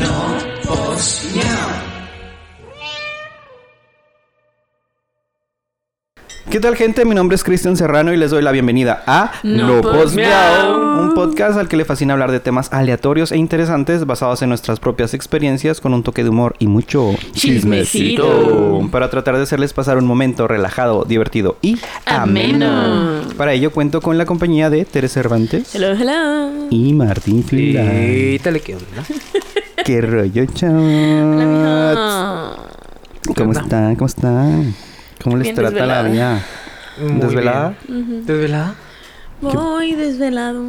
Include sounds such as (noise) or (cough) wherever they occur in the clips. No os miau. ¿Qué tal gente? Mi nombre es Cristian Serrano y les doy la bienvenida a No No Pos Pos Miau. Miau, un podcast al que le fascina hablar de temas aleatorios e interesantes basados en nuestras propias experiencias con un toque de humor y mucho Chismecito. para tratar de hacerles pasar un momento relajado, divertido y ameno. Ameno. Para ello cuento con la compañía de Teresa Cervantes Hello, hello. y Martín Fila. Quítale que onda. ¿Qué rollo, chavos? ¿Cómo están? ¿Cómo están? ¿Cómo les Bien trata la desvelada. vida? ¿Desvelada? ¿Desvelada? Voy desvelado.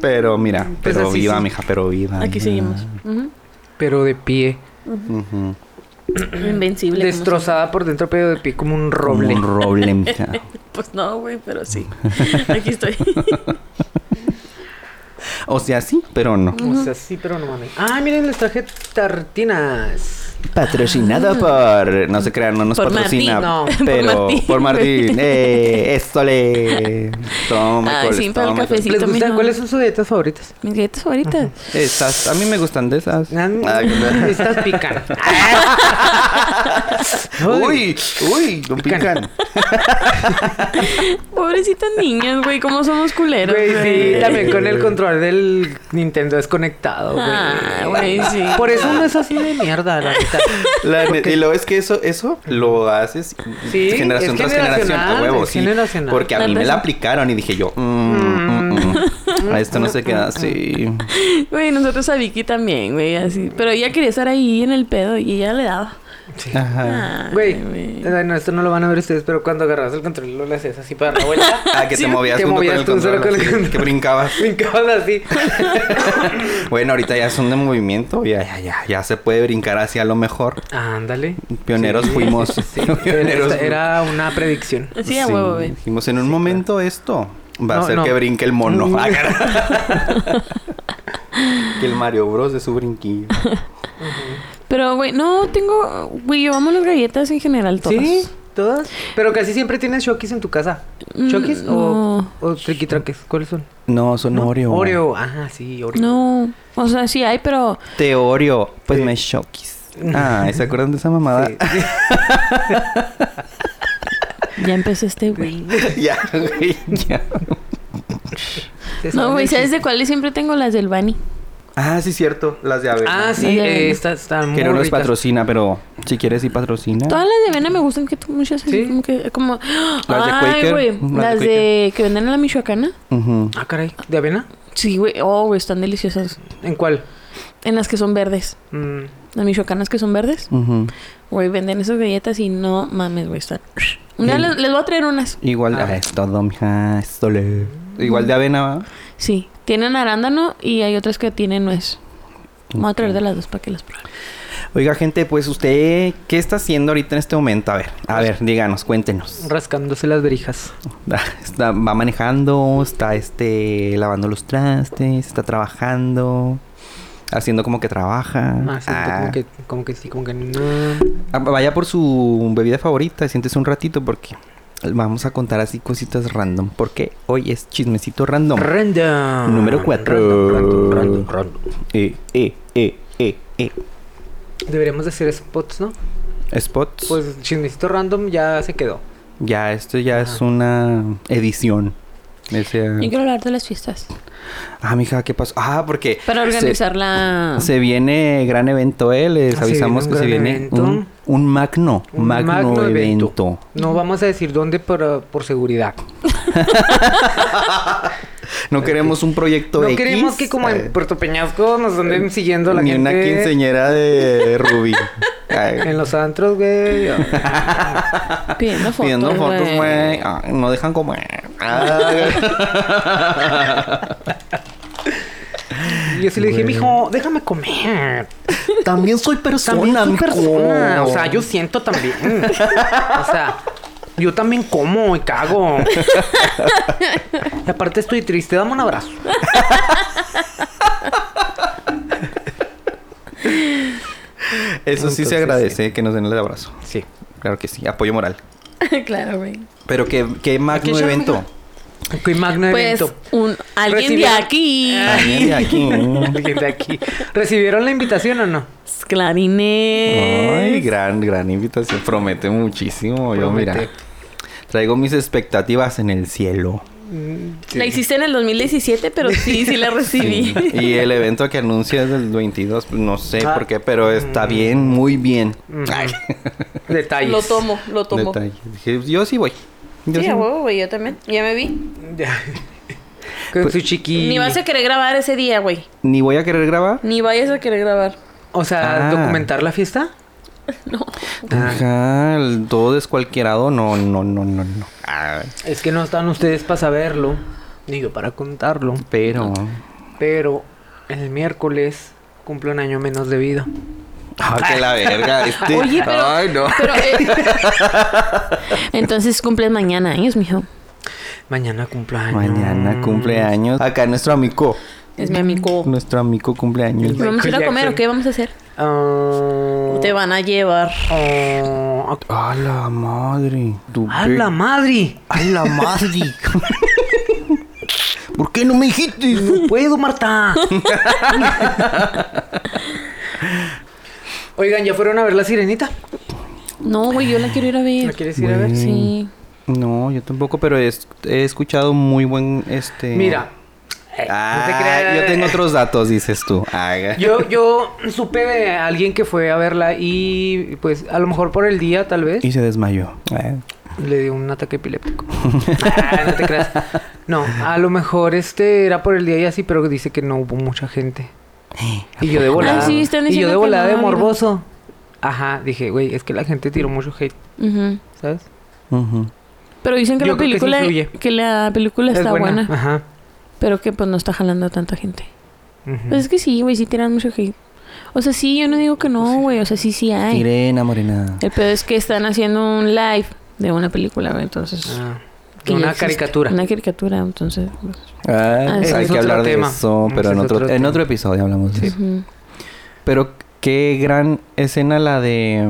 Pero mira, pero Pues así viva, sí. mija, pero viva. Aquí viva. seguimos. Ujú. Pero de pie. Ujú. Invencible. como Destrozada por dentro, pero de pie como un Como roble. Un roble, (laughs) mija. siempre. Pues no, güey, pero (laughs) sí. Aquí estoy. O sea, sí, pero no. O sea, sí, pero no mames. Ah, miren, les traje tartinas. Patrocinada por. No se crean, no nos Mm. Por patrocina. Martín. No, Pero por Martín. por (laughs) Martín. ¡Eh! ¡Esto le! Toma, Ay, col, siempre el toma, col. cafecito. Sí, ¿Les también gustan? no. ¿Cuáles son sus dietas favoritas? (laughs) Mis galletas favoritas. Esas, a mí me gustan de esas. Ah, Ay, (laughs) Estas pican. (laughs) uy, uy, no pican. (laughs) Pobrecitas niñas, güey. ¿Cómo somos culeros? Güey, sí, güey? también con el control del Nintendo desconectado, güey. Ah, güey, sí. Por eso uno es así de mierda, (laughs) la neta. (laughs) La ne- y luego es que eso, eso lo haces Sí, generación es tras generación a generacional, huevo, es sí. generacional. Porque a mí Tantas- me la aplicaron y dije yo, mm, mm, mm. a esto no se queda Mm, así. Güey, nosotros a Vicky también, güey, así. Pero ella quería estar ahí en el pedo y ella le daba. Ajá. Ay, Güey, bueno, esto no lo van a ver ustedes, pero cuando agarras el control lo le hacías así para dar la vuelta. Ah, que Sí, te movías te junto con movías el tú control, solo con el así, control. que brincabas. (laughs) Brincabas así. Bueno, ahorita ya son de movimiento, ya, ya, ya, ya se puede brincar hacia lo mejor. Ándale. Pioneros Sí, fuimos. sí. (laughs) Pioneros Esta Era una predicción. Sí, a huevo, güey. Dijimos, en un momento esto va a No, ser no. que brinque el (laughs) mono. Mm. Ah, caray. (laughs) que el Mario Bros de su brinquillo. Pero, güey, no tengo. Güey, yo amo las galletas en general todas. Sí, todas. Pero casi siempre tienes Shokis en tu casa. Mm, ¿Shokis no. o, o triquitraques? ¿Cuáles son? No, son ¿No? Oreo. Oreo, ajá, sí, Oreo. No. O sea, sí hay, pero. Te Oreo. Pues Sí. me shockis. Ah, ¿se acuerdan de esa mamada? Sí. Ya empezó este, güey. (laughs) ya, güey, ya. No, güey, ¿sabes de cuáles siempre tengo? Las del Bani. Ah, sí, cierto. Las de Avena. Ah, sí, Ay, ay, ay. eh, estas están muy Que no nos ricas. patrocina, pero si quieres sí patrocina. Todas las de avena me gustan que tú muchas así, Sí. como que como Las de ay Quaker, güey, las de las de que venden en la Michoacana. Ujú. Ah, caray. ¿De avena? Sí, güey, oh, güey, están deliciosas. ¿En cuál? En las que son verdes. Mm, Las michoacanas que son verdes. Ujú. Güey, venden esas galletas y no mames, güey, están. Un día Bien. les, les voy a traer unas. Igual de... Ah. Ah, es todo, mija. Es todo. Igual de avena, ¿va? Sí, tienen arándano y hay otras que tienen nuez. Voy a traer de las dos para que las prueben. Oiga, gente, pues usted, ¿qué está haciendo ahorita en este momento? A ver, a ver, díganos, cuéntenos. Rascándose las verijas. (laughs) Está, va manejando, está este lavando los trastes, está trabajando, haciendo como que trabaja. Ah, sí, Ah. como que, como que sí, como que no. Ah, Vaya por su bebida favorita, siéntese un ratito porque vamos a contar así cositas random. Porque hoy es chismecito random. Random. Número cuatro. Random, random, random, random. eh, eh, eh, eh, eh. Deberíamos hacer spots, ¿no? Spots. Pues chismecito random ya se quedó. ya, esto ya es una edición. Ese- Yo quiero hablar de las fiestas. Ah, mija, ¿qué pasó? Ah, porque. Para se- organizar la Se, viene gran evento, ¿eh? Les Ah, se avisamos que viene un se gran viene evento. un, un magno. Un magno, magno evento. evento. No vamos a decir dónde por, por seguridad. No queremos un proyecto No X, queremos que como eh, en Puerto Peñasco nos anden siguiendo la Ni gente. una quinceñera de (laughs) Rubí. Ay, En los (laughs) antros, güey. pidiendo fotos. Pidiendo fotos, güey. güey. Ay, No dejan comer. Ah. Y Yo sí le dije, Güey. mijo, déjame comer. También soy persona, También soy mijo. persona. O sea, yo siento también. O sea, yo también como y cago. Y aparte estoy triste. Dame un abrazo. Eso sí Entonces, se agradece que nos den el abrazo. Sí. Claro que sí, apoyo moral. (laughs) claro, güey. Pero que, que magno Aquí ya- evento. Ok, magno Pues (laughs) evento. un, alguien de Recibieron- aquí. Alguien de aquí. Alguien de aquí. ¿Recibieron la invitación o no? Clarines. (laughs) Ay, gran, gran invitación. Promete muchísimo. Yo, mira, Promete. traigo mis expectativas en el cielo. La hiciste en el 2017, pero sí, sí la recibí. (laughs) Y el evento que anuncia es del 22, pues, no sé Ah. por qué, pero Mm. está bien, muy bien. Mm. (laughs) Detalles. lo tomo, lo tomo. Detalle. Dije, yo sí voy. Yo Sí, sí a voy. huevo, güey, yo también. Ya me vi. Ya. Con Pues, su chiqui. Ni vas a querer grabar ese día, güey. Ni voy a querer grabar. Ni vayas a querer grabar. O sea, Ah. documentar la fiesta. Ajá, el todo descualquierado. No, no, no, no, no. Ah, Es que no están ustedes para saberlo. Digo, para contarlo. pero. Pero el miércoles cumple un año menos de vida. Ah, que la verga. Este... Oye, pero- Ay, no. Pero, eh, Entonces cumples mañana ¿eh? años, mijo. Mañana cumpleaños. Mañana cumpleaños. Acá nuestro amigo. Es mi amigo. Nuestro amigo cumpleaños. Michael ¿Vamos a ir a comer Jackson. o qué vamos a hacer? Ah, Te van a llevar. ah, A la madre. tu ¡A la ve- madre! A la (laughs) madre. ¿Por qué no me dijiste? ¡No (laughs) puedo, Marta! Oigan, ¿ya fueron a ver la sirenita? No, güey, yo la quiero ir a ¿La ver. quieres ir a ver? Sí. No, yo tampoco, pero es- he escuchado muy buen este. Mira. eh, no te Ah, creas. yo tengo otros datos, dices tú. Ah, Yo, yo supe de alguien que fue a verla y pues a lo mejor por el día tal vez Y se desmayó. Eh, le dio un ataque epiléptico. Ah, no te creas. No, a lo mejor este era por el día y así, pero dice que no hubo mucha gente. Y yo de volada. Ay, sí, están y yo diciendo de que volada no, de mira. morboso. Ajá, dije, güey, es que la gente tiró mucho hate, Ujú. ¿sabes? ujú. Pero dicen que Yo la creo que sí película influye. que, la película Es está buena. (laughs) Ajá. pero que pues no está jalando a tanta gente. Ujú. Pues es que sí, güey, sí tiran mucho hate. O sea, sí, yo no digo que Pues no, güey, o sea, sí sí hay. Sirena morena. El pedo es que están haciendo un live de una película, güey, entonces Ah, que ya una existe. caricatura. Una caricatura, entonces. pues, Ah, Ah, pues ese hay es que otro hablar de tema. eso, pero Ese en es otro, otro en tema. otro episodio hablamos de eso. ujú. Pero qué gran escena la de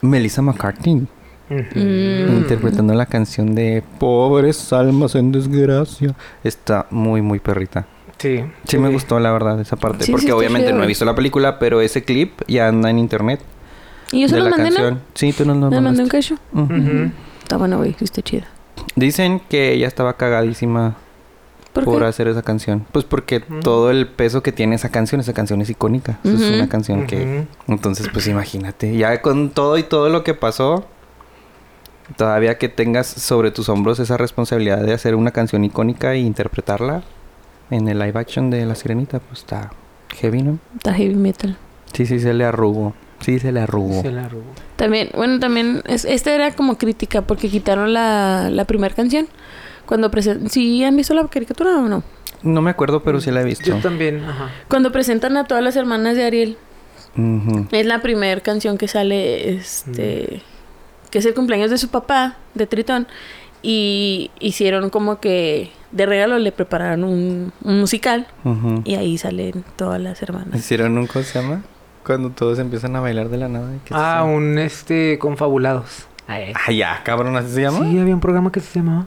mm, Melissa McCartney Ujú. Mm. interpretando la canción de Pobres almas en desgracia. Está muy, muy perrita. Sí. Sí, me gustó la verdad esa parte, Sí, sí, porque está obviamente chido. no he visto la película, pero ese clip ya anda en internet. Y yo se de lo la mandé, ¿no? Mm. canción. Sí, tú nos lo Le mandé un mandaste. cacho. Ujú. Ujú. Está bueno, güey, sí está chida. Dicen que ella estaba cagadísima ¿Por por, qué? hacer esa canción. Pues porque Ujú. todo el peso que tiene esa canción, esa canción es icónica. Eso Es Ujú. una canción que... Ujú. Entonces, pues imagínate, ya con todo y todo lo que pasó, todavía que tengas sobre tus hombros esa responsabilidad de hacer una canción icónica e interpretarla en el live action de La Sirenita, pues está heavy, ¿no? Está heavy metal. Sí, sí, se le arrugó. Sí, se le arrugó. Se la robó. También, bueno, también es, esta era como crítica porque quitaron la la primera canción cuando presentan ¿Sí han visto la caricatura o no? No me acuerdo, pero sí la he visto. Yo también, ajá. Cuando presentan a todas las hermanas de Ariel, Ujú. es la primera canción que sale, este, Mm. que es el cumpleaños de su papá, de Tritón, y hicieron como que de regalo le prepararon un, un musical Ujú. y ahí salen todas las hermanas. Hicieron un, ¿cómo se llama? Cuando todos empiezan a bailar de la nada. y que se- Ah, un este confabulados. Ah, ya, cabrón, ¿así se llama? Sí, había un programa que se llamaba.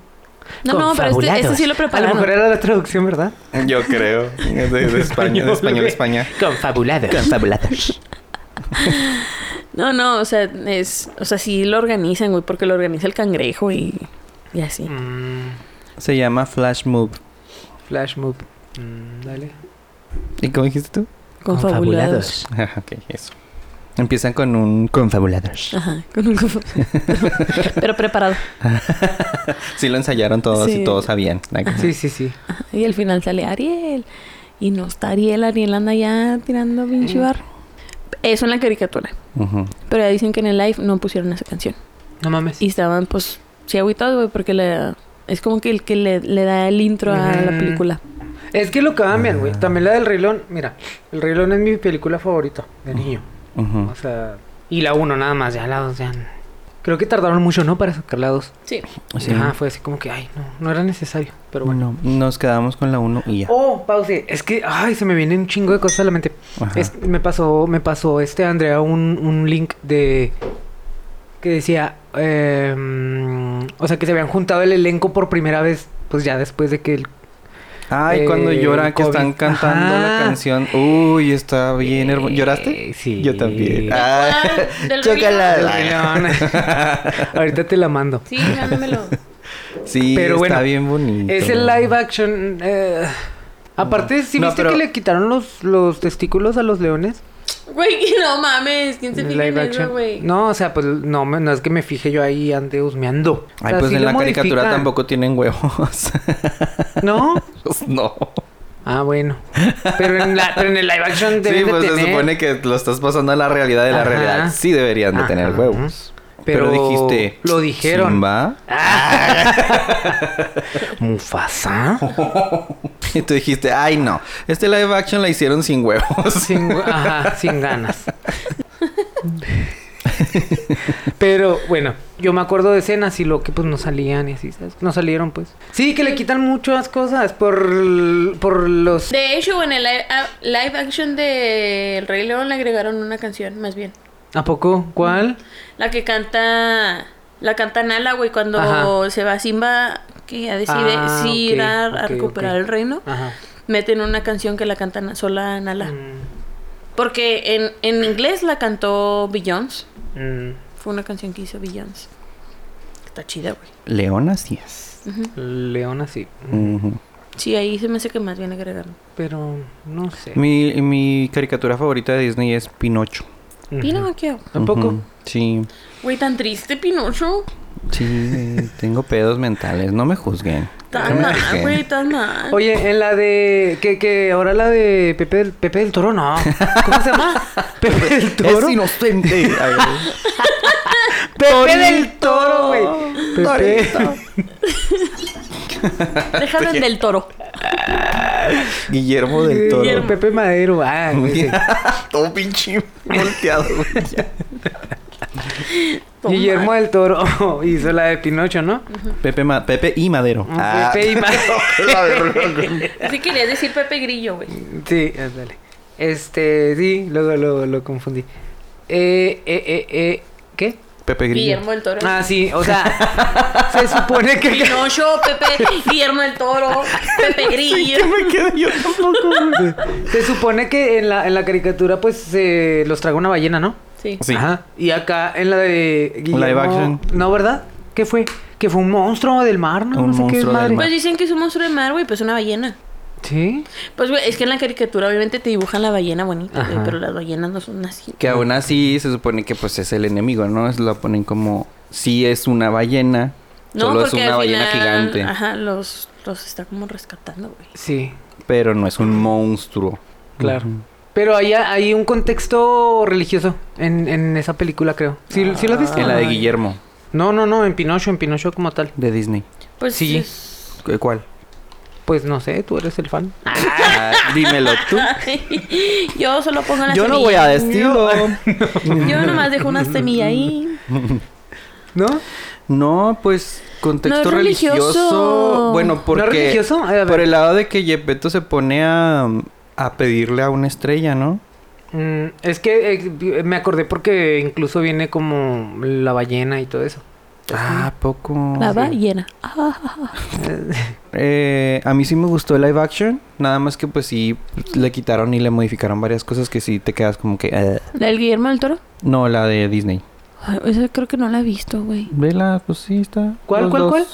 No, no, pero este, este sí lo A lo mejor prepararon. era la traducción, ¿verdad? Yo creo. De, de España, de (laughs) español a España. Confabulados. No, no, o sea, es, o sea, sí lo organizan, güey, porque lo organiza el cangrejo y, y así. Mm, Se llama Flash Move. flash move. Mm, dale. ¿Y cómo dijiste tú? Confabulados. Ajá, (laughs) ok, eso. Empiezan con un confabulados. Ajá, con un confabulados. (laughs) pero preparado. Sí lo ensayaron todos Sí. y todos sabían. Sí, sí, sí. Y al final sale Ariel. Y no está Ariel, Ariel anda ya tirando pinche bar. Eso en la caricatura. Ujú. Pero ya dicen que en el live no pusieron esa canción. No mames. Y estaban, pues, sí agüitados, güey, porque la- es como que el que le, le da el intro a la Ujú. película. Es que lo cambian, Ah. güey. También la del Rey León. Mira, el Rey León es mi película favorita de niño. Ujú. O sea, y la uno nada más, ya la dos ya. n- Creo que tardaron mucho, ¿no? Para sacar la 2. Sí. Sí. Ajá, fue así como que, ay, no, no era necesario. Ah, Pero bueno. Bueno, nos quedamos con la 1 y Mm, ya. Oh, pause. Es que, ay, se me vienen un chingo de cosas a la mente. Ajá. Oh, Es- me pasó, me pasó este Andrea un, un link de que decía, em, o sea, que se habían juntado el elenco por primera vez, pues ya después de que el, Ay, cuando eh, llora que COVID. están cantando la Ajá. canción. Uy, está bien hermoso. ¿Lloraste? Eh, sí. Yo también. (laughs) Ah, ¿De Ay, cuál? Ah, (laughs) ¿Del chócala. el León. (laughs) Ahorita te la mando. Sí, dámelo. Sí, Pero está bueno, bien bonito. Es el live action. eh, Aparte, ¿sí No, viste pero- que le quitaron los, los testículos a los leones? Güey, (laughs) no mames. ¿Quién se En fija en live eso, action. güey? No, o sea, pues no, me- no es que me fije yo ahí ande husmeando. O Ay, sea, pues sí en lo la caricatura modifican. tampoco tienen huevos. (laughs) ¿No? no. Ah, bueno. Pero en, la, pero en el live action Sí, deben de pues se tener. supone que lo estás pasando a la realidad de la Ajá. realidad. Sí deberían de tener Ajá. huevos. Pero, Pero dijiste. lo dijeron. (laughs) Simba. ¿Mufasa? Y tú dijiste, ay no. Este live action la hicieron sin huevos. (laughs) Sin, ajá, sin ganas. Pero bueno, yo me acuerdo de escenas y lo que pues no salían y así, ¿sabes? No salieron pues. Sí, que le quitan muchas cosas por, por los... De hecho, en el live, a- live action de El Rey León le agregaron una canción, más bien. ¿A poco? ¿Cuál? La que canta. La canta Nala, güey, cuando Ajá. se va Simba, que ya decide Ah, si ir ok, a, a ok, recuperar ok. el reino. Ajá. Meten una canción que la canta na- sola Nala. Mm, Porque en, en inglés la cantó Beyoncé. mm, Fue una canción que hizo Beyoncé. Está chida, güey. León así es. León así. Ujú. Sí, ahí se me hace que más bien agregaron. Pero no sé. Mi, mi caricatura favorita de Disney es Pinocho. Ujú. Pinocchio. ¿A poco? Ujú. Sí. Güey, tan triste, Pinocho. Sí, eh, tengo pedos mentales. No me juzguen. No Tan me mal, juzguen. güey, tan mal. Oye, en la de... Que, que ahora la de Pepe del, Pepe del Toro, no. ¿Cómo se llama? Pepe del (laughs) Toro. Es inocente. (laughs) Ay, güey. Pepe del Toro, güey. Pepe. Déjalo en del toro. Guillermo del Toro. Guillermo Pepe Madero. Ah, ese. (laughs) Todo pinche volteado. güey. Guillermo del Toro (laughs) hizo la de Pinocho, ¿no? Pepe, Ma- Pepe y Madero. Ah. (laughs) Pepe y Madero. La verga, güey. Sí querías decir Pepe Grillo, güey. Sí, ándale. Este, sí, luego lo, lo confundí. Eh, eh, eh, eh, ¿qué? Pepe Grillo. Guillermo del Toro. Ah, sí, o sea, (laughs) se supone que... Pinocho, Pepe, Guillermo del Toro, Pepe Grillo. me quedé (laughs) yo tampoco. Se supone que en la, en la caricatura, pues, se los traga una ballena, ¿no? Sí. Sí. Ajá. Y acá en la de Guillermo... Live action. No, ¿verdad? ¿Qué fue? Que fue un monstruo del mar, ¿no? Un no sé qué monstruo del madre. Pues dicen que es un monstruo de mar, güey, pues una ballena. Sí. Pues, güey, es que en la caricatura obviamente te dibujan la ballena bonita, güey, Ajá. pero las ballenas no son así. Que aún así se supone que pues es el enemigo, ¿no? Es- lo ponen como si es una ballena, No, solo es porque una al ballena final, gigante, Ajá, los, los está como rescatando, güey. Sí, pero no es un monstruo. claro. Ujú. Pero hay, hay un contexto religioso en, en esa película, creo. ¿Sí, ¿sí lo has visto? Ah. En la de Guillermo No, no, no, en Pinocho, en Pinocho como tal. de Disney. Pues Sí. es- (laughs) ¿Cu- ¿Cuál? Pues no sé, tú eres el fan. Ah, dímelo tú. Yo solo pongo la Yo no semilla. voy a decirlo. Yo nomás dejo una semilla ahí. ¿No? No, pues contexto No es religioso. religioso. Bueno, porque ¿No es religioso? A ver. por el lado de que Yepeto se pone a, a pedirle a una estrella, ¿no? Mm, es que eh, me acordé porque incluso viene como la ballena y todo eso. Ah, ¿a poco. La ballena. Ah, Eh, a mí sí me gustó el live action, nada más que pues sí le quitaron y le modificaron varias cosas que sí te quedas como que... eh. ¿La del Guillermo del Toro? No, la de Disney. Ay, Esa creo que no la he visto, güey. Vela, pues sí está. ¿Cuál, cuál, cuál?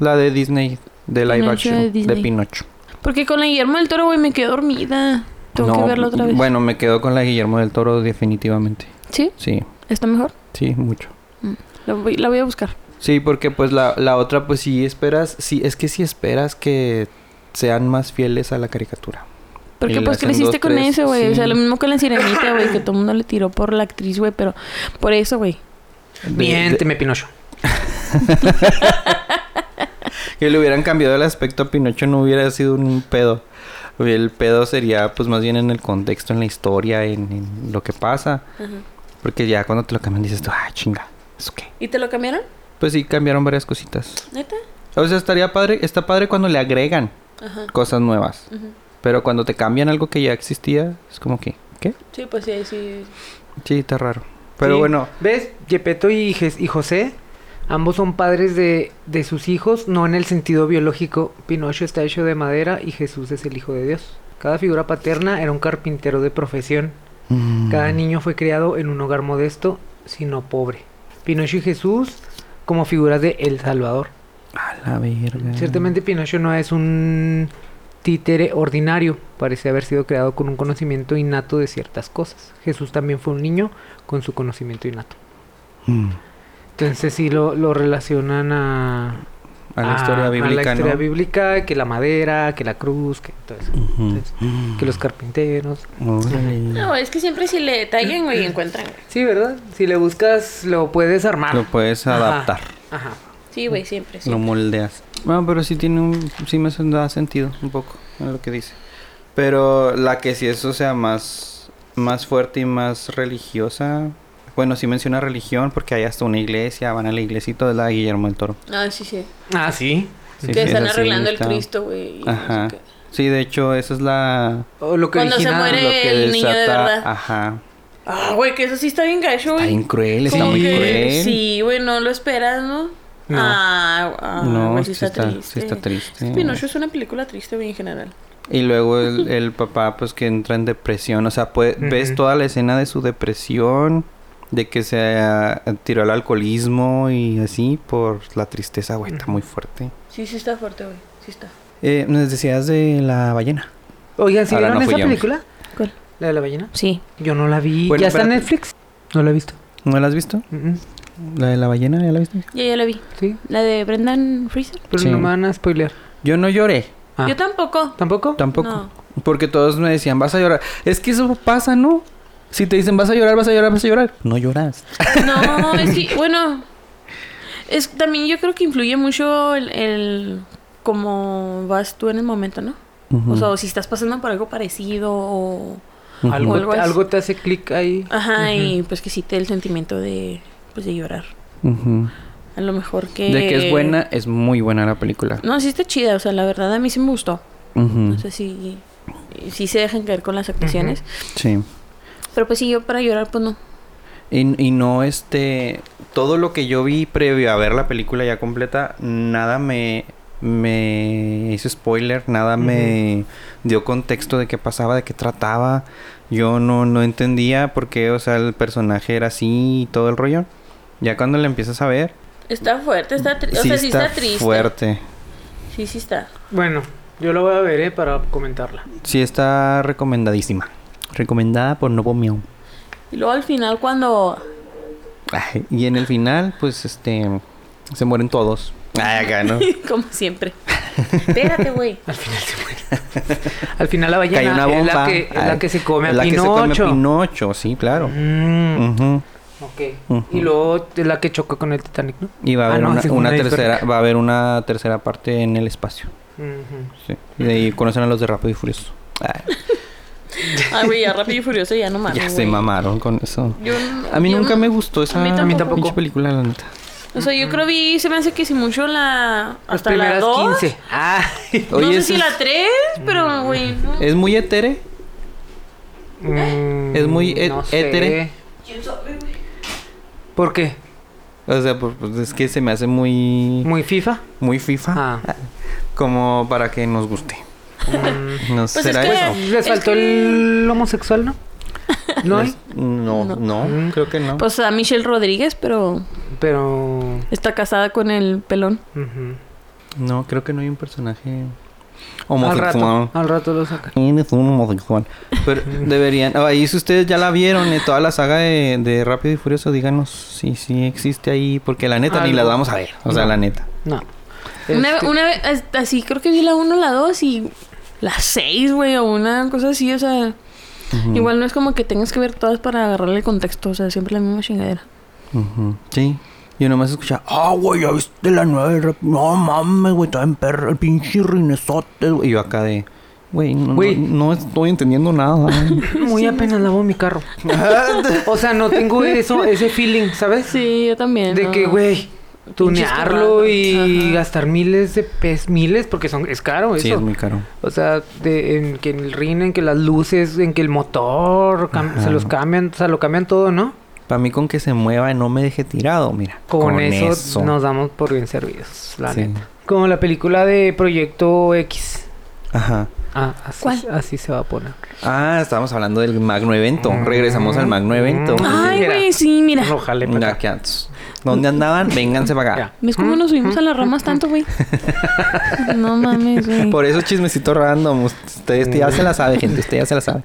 La de Disney, de live Pinocho action, de de, Disney. Pinocho. Porque con la Guillermo del Toro, güey, me quedé dormida. Tengo No, mm, que verla otra vez. Bueno, me quedo con la de Guillermo del Toro definitivamente. ¿Sí? Sí, ¿Está mejor? sí, mucho. La voy, la voy a buscar. Sí, porque pues la, la otra pues sí esperas, sí, es que sí esperas que sean más fieles a la caricatura. Y Porque le pues hacen creciste dos, con tres, eso, güey. O sea, sí. lo mismo con la sirenita, güey, que todo el mundo le tiró por la actriz, güey, pero por eso, güey. De- de- Miénteme, Pinocho. Que le hubieran cambiado el aspecto a Pinocho no hubiera sido un pedo. El pedo sería pues más bien en el contexto, en la historia, en, en lo que pasa. Porque ya cuando te lo cambian dices tú, ah, chinga. Es ok. ¿Y te lo cambiaron? Pues sí, cambiaron varias cositas. ¿Neta? O sea, estaría padre, está padre cuando le agregan Ajá. cosas nuevas. Ujú. Pero cuando te cambian algo que ya existía, es como que, ¿qué? Sí, pues sí, ahí sí. Sí, está raro. Pero Sí. bueno, ¿Ves? Yepeto y, Jes- y José, ambos son padres de, de sus hijos, no en el sentido biológico. Pinocho está hecho de madera y Jesús es el hijo de Dios. Cada figura paterna era un carpintero de profesión. mm, Cada niño fue criado en un hogar modesto, sino pobre. Pinocho y Jesús como figuras de El Salvador. a la verga. Ciertamente Pinocho no es un títere ordinario, parece haber sido creado con un conocimiento innato de ciertas cosas. Jesús también fue un niño con su conocimiento innato. Mm, Entonces sí lo, lo relacionan a, A Ah, la historia bíblica, a la historia ¿no? Mm. bíblica, que la madera, que la cruz, que todo eso. Ujú. Entonces, Que los carpinteros. Mm. Órale. No, es que siempre si le tallan, güey, encuentran, güey. Sí, ¿verdad? Si le buscas, lo puedes Ah. armar. Lo puedes Ajá, adaptar, Ajá. Sí, güey, siempre. lo siempre. moldeas. Bueno, pero sí tiene un, sí me sen- da sentido un poco en lo que dice. Pero la que si eso sea más, más fuerte y más religiosa, bueno, sí menciona religión porque hay hasta una iglesia, van a la iglesia y todo es la de Guillermo del Toro. Ah, sí, sí. Ah, sí. Sí, que sí, están esa sí arreglando el está- Cristo, güey. y no sé Ajá. qué. Sí, de hecho, esa es la... O lo que Cuando se origina- muere- lo- El niño de verdad. Ajá. Ah, güey, que eso sí está bien gacho, Está güey. bien cruel, está Como muy que cruel. Sí, güey, no lo esperas, ¿no? No. Ah, ah, no, güey, sí sí está, está, sí triste. está triste. Pinocho es una película triste, güey, en general. Y luego el, el papá, pues que entra en depresión. O sea, pues, ves Ujú. toda la escena de su depresión, de que se ah, tiró al alcoholismo y así por la tristeza, güey, está muy fuerte. Sí, sí está fuerte, güey. Sí está. Eh, Nos decías de la ballena. Oigan, ¿sí Ahora vieron no esa fui yo. película? ¿Cuál? ¿La de la ballena? Sí. Yo no la vi. Bueno, ¿Ya está en espérate. Netflix? No la he visto. ¿No la has visto? Mm, mm. ¿La de la ballena? ¿Ya la viste? Ya, ya la vi. Sí, La de Brendan Fraser. pero Sí. no me van a spoilear. Yo no lloré, Ah. Yo tampoco. ¿Tampoco? tampoco. No. Porque todos me decían, vas a llorar. Es que eso pasa, ¿no? Si te dicen, vas a llorar, vas a llorar, vas a llorar. No lloras. No, (laughs) es que, bueno. Es, también yo creo que influye mucho el, el cómo vas tú en el momento, ¿no? O sea, o si estás pasando por algo parecido o... Ujú. Algo, Algo te- así. algo te hace clic ahí. Ajá, y pues que sí te dé el sentimiento de, pues, de llorar. Ujú. A lo mejor que... De que es buena, es muy buena la película. No, sí está chida, o sea, la verdad a mí sí me gustó. Ujú. No sé si... Sí se dejan caer con las actuaciones. Sí. Pero pues sí, yo para llorar, pues no. Y, y no, este, todo lo que yo vi previo a ver la película ya completa, nada me, me hizo spoiler, nada me dio contexto de qué pasaba, de qué trataba. Yo no, no entendía por qué, o sea, el personaje era así y todo el rollo. Ya cuando la empiezas a ver, Está fuerte, está triste. O sí, sea, sí está, está, triste. fuerte. Sí, sí está. Bueno, yo la voy a ver, ¿eh? Para comentarla. Sí está recomendadísima. Recomendada por Novo Miau. Y luego al final cuando... (laughs) Ay, Y en el final, pues, este, se mueren todos. Ay, acá, (laughs) ¿no? Como siempre. (laughs) Espérate, güey. Al final se muere. Al final la ballena Cayó una es la bomba. que, es la Ay, que se come a la Pinocho. que se come a Pinocho, sí, claro. Mm, Ujú. ok. Ujú. Y luego es la que choca con el Titanic, ¿no? Y va a Ah, haber no, una, esa fue una una tercera, discoteca. va a haber una tercera parte en el espacio. Ujú. Sí. Y de ahí conocen a los de Rápido y Furioso. Ay, Ay, Ah, güey, ya rápido y furioso ya no Ah, mames. ya se güey. mamaron con eso. Yo, A mí yo nunca no- me gustó esa a mí tampoco. pinche película, la (laughs) neta. O sea, yo creo vi, se me hace que si mucho la. Las Hasta la primeras 2. 15. Ah, No Oye, esa sé si es- Mm. Eh. la 3, pero güey. no. Es muy etere. Mm, Es muy e- étere. ¿Quién sabe, güey? ¿Por qué? O sea, pues, pues, es que se me hace muy ¿Muy FIFA? muy FIFA. Ah. Como para que nos guste. Mm. No es será que- eso. Pues, Les es faltó que- el (laughs) homosexual, ¿no? No hay, No, No. no, creo que no. Pues a Michelle Rodríguez, pero pero. está casada con el pelón. ujú. No, creo que no hay un personaje Al homosexual. rato, al rato lo sacan. Eres un homosexual. Pero deberían. oh, ahí si ustedes ya la vieron, eh, toda la saga de, de Rápido y Furioso, díganos si sí existe ahí. Porque la neta ni Algo. la vamos a ver. O sea, No. la neta. No. Una, Este, una vez, as- así creo que vi la 1, la 2 y la 6, güey, o una cosa así, o sea. Ujú. Igual no es como que tengas que ver todas para agarrarle el contexto, o sea, siempre la misma chingadera. Ujú. Sí. Yo nomás escuchaba, ah, güey, ya viste la nueva de Rápido. No mames, güey, está en perro, el pinche rinesote, güey. Y yo acá de, Güey, no, Güey. no- no estoy entendiendo (laughs) nada. Muy apenas lavo mi (laughs) carro. o sea, no tengo eso, ese feeling, ¿sabes? Sí, yo también. De no. que, güey, tunearlo carros, y ajá. gastar miles de pesos, miles, porque son, es caro eso. sí, es muy caro. O sea, de, en que el rin, en que las luces, en que el motor, cam- Ajá. se los cambian, o sea, lo cambian todo, ¿no? Para mí con que se mueva y no me deje tirado, mira. Con, eso, nos damos por bien servidos, la Sí. neta. Como la película de Proyecto X. Ajá. Ah, así, ¿Cuál? así se va a poner. Ah, estábamos hablando del magno evento. Mm. Regresamos al magno evento. Mm. Ay, Mira. güey, sí, mira. Ojalá. para Mira, acá. ¿qué antes? ¿Dónde andaban? Vénganse para acá. Ya. ¿Ves cómo nos ¿Mm? subimos a las ramas tanto, (laughs) güey? No mames, güey. Por eso chismecito random. Ustedes ya se la sabe, gente. Usted ya se la sabe.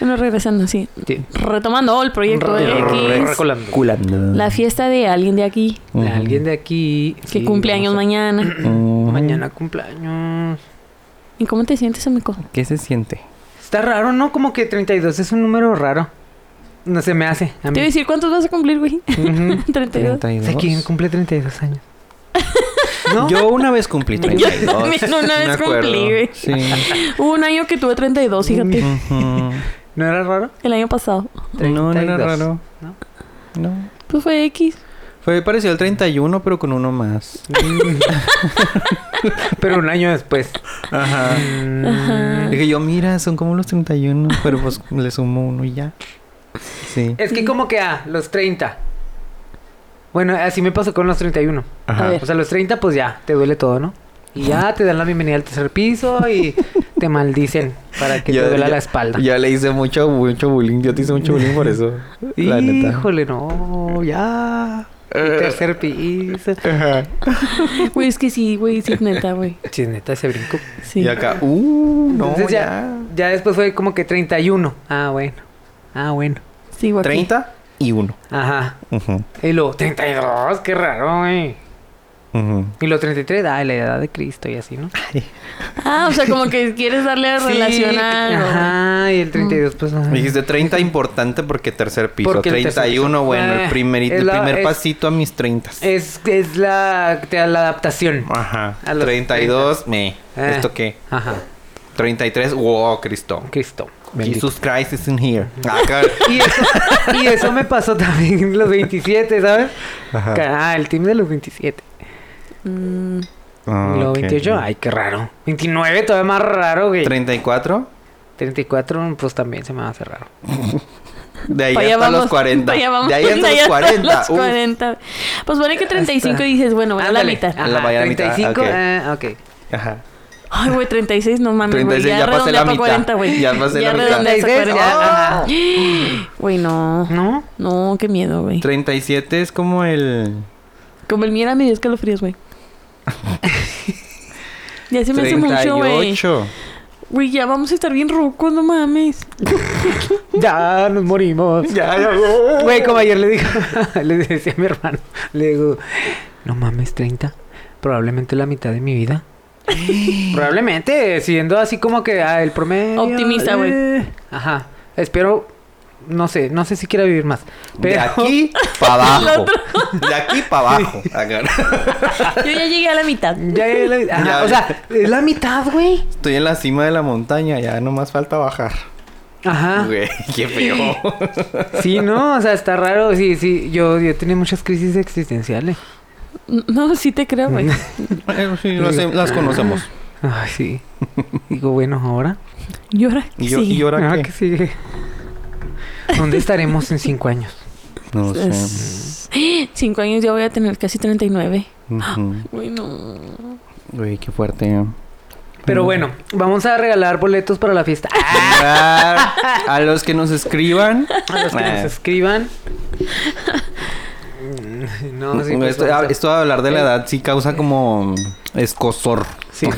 Bueno, regresando, sí. Sí. Retomando el proyecto Re- re- X. recolando. Culando. La fiesta de alguien de aquí Ujú. Alguien de aquí. que sí, cumple años vamos mañana. a- Ujú. Mañana cumpleaños. ¿Y cómo te sientes, amigo? ¿Qué se siente? Está raro, ¿no? Como que 32 es un número raro. No se me hace. A Te voy a mí. decir cuántos vas a cumplir, güey. (laughs) Ujú. 32. O sea, ¿Quién cumple 32 años? ¿No? Yo una vez cumplí Yo 32. también (laughs) una me vez acuerdo. cumplí, güey. Sí. Hubo un año que tuve 32, fíjate. Ujú. ¿No era raro? El año pasado. No, no era 32, raro. ¿no? No. Pues fue X. Fue parecido al 31, pero con uno más. Pero un año después. Ajá. Mm, Dije yo, mira, son como los 31, pero pues (laughs) le sumo uno y ya. Sí. Es que como que a los 30. Bueno, así me pasó con los 31. A ver. O sea, los 30 pues ya, te duele todo, ¿no? Y ya te dan la bienvenida al tercer piso y te maldicen para que Ya- te duela ya- la espalda. Ya le hice mucho, mucho bullying. Yo te hice mucho bullying por eso. la neta. Híjole, no, ya. Eh. El tercer piso. Ajá. Güey, es que sí, güey, sí, neta, güey. Sí, neta, se brincó. Sí. Y acá, uh, no, Entonces ya, ya. ya después fue como que 31. Ah, bueno. Ah, bueno. Sigo aquí. 30 y uno. Ajá. Ujú, Y luego 32, qué raro, güey. ujú. Y luego 33, ay, la edad de Cristo y así, ¿no? Ah, o sea, como que quieres darle Sí, relación a algo. Ajá, y el 32, pues. ay. Dijiste 30 importante porque tercer piso. Porque el tercer 31, piso. bueno, el Eh, primer, es el la- primer es- pasito a mis 30. Es, es la, te da la adaptación. Ajá. a los 32, me. Eh. ¿Esto qué? Ajá, 33, wow, Cristo. Cristo. Bendito. Jesus Christ is in here. Acá. Y eso, y eso me pasó también en los 27, ¿sabes? Ajá. Ah, el team de los 27. Mm, Ah, Los ok. 28, ay, qué raro. 29, todavía más raro, güey. 34. 34, pues también se me va a hacer raro. De ahí pa' allá hasta los vamos, (laughs) 40. pa' allá vamos, De (laughs) ahí hasta pa' los allá 40. los Uf. 40. Pues pone que 35 y dices, bueno, voy a la Ándale. mitad. Ajá, La vaya a la mitad, 35, ok. ah, ok. Ajá. Ay, güey, 36, no mames, güey. 36, ya pasé redondea la pa' mitad. 40, güey. Ya pasé la mitad. redondea hasta 36, 40. ya, ajá. (gasps) Güey, no. ¿No? No, qué miedo, güey. 37 es como el. Como el mío era medio escalofríos, (laughs) güey. ya se me hace mucho, güey. 38. Güey, ya vamos a estar bien rucos, no mames. Ya nos morimos. Ya, ya, güey. Güey, como ayer le digo, (laughs) le decía a mi hermano, le digo, no mames, 30, probablemente la mitad de (gasps) mi vida. probablemente, siendo así como que ah, el promedio. Optimista, güey. eh, Ajá, espero, no sé, no sé si quiera vivir más. De Pero aquí para abajo. De aquí para abajo. Acá. Ah. Yo ya llegué a la (laughs) mitad. (laughs) Ya, (laughs) es la- ajá, Ya. o sea, es la mitad, güey. Estoy en la cima de la montaña, ya nomás falta bajar. Ah. Ajá. Güey, qué feo. Sí, no, o sea, está raro. Sí, sí, yo, yo tenía muchas crisis existenciales. No, sí te creo, (laughs) güey. Eh, sí, las, las conocemos. Ay, sí. Digo, bueno, ahora. ¿Y ahora? ¿Y, yo, sí. Ah, ¿y ahora Ahora qué? que sigue. ¿Dónde estaremos en cinco años? No sé. Es- (gasps) Cinco años ya voy a tener casi 39. Ujú. Uy, no. Güey, qué fuerte. Pero bueno, vamos a regalar boletos para la fiesta. Ah. Ah, A los que nos escriban. A los que nos Eh, escriban. No, sí, pues, Eh. esto, vamos a- esto de hablar de la edad sí causa como escosor. sí.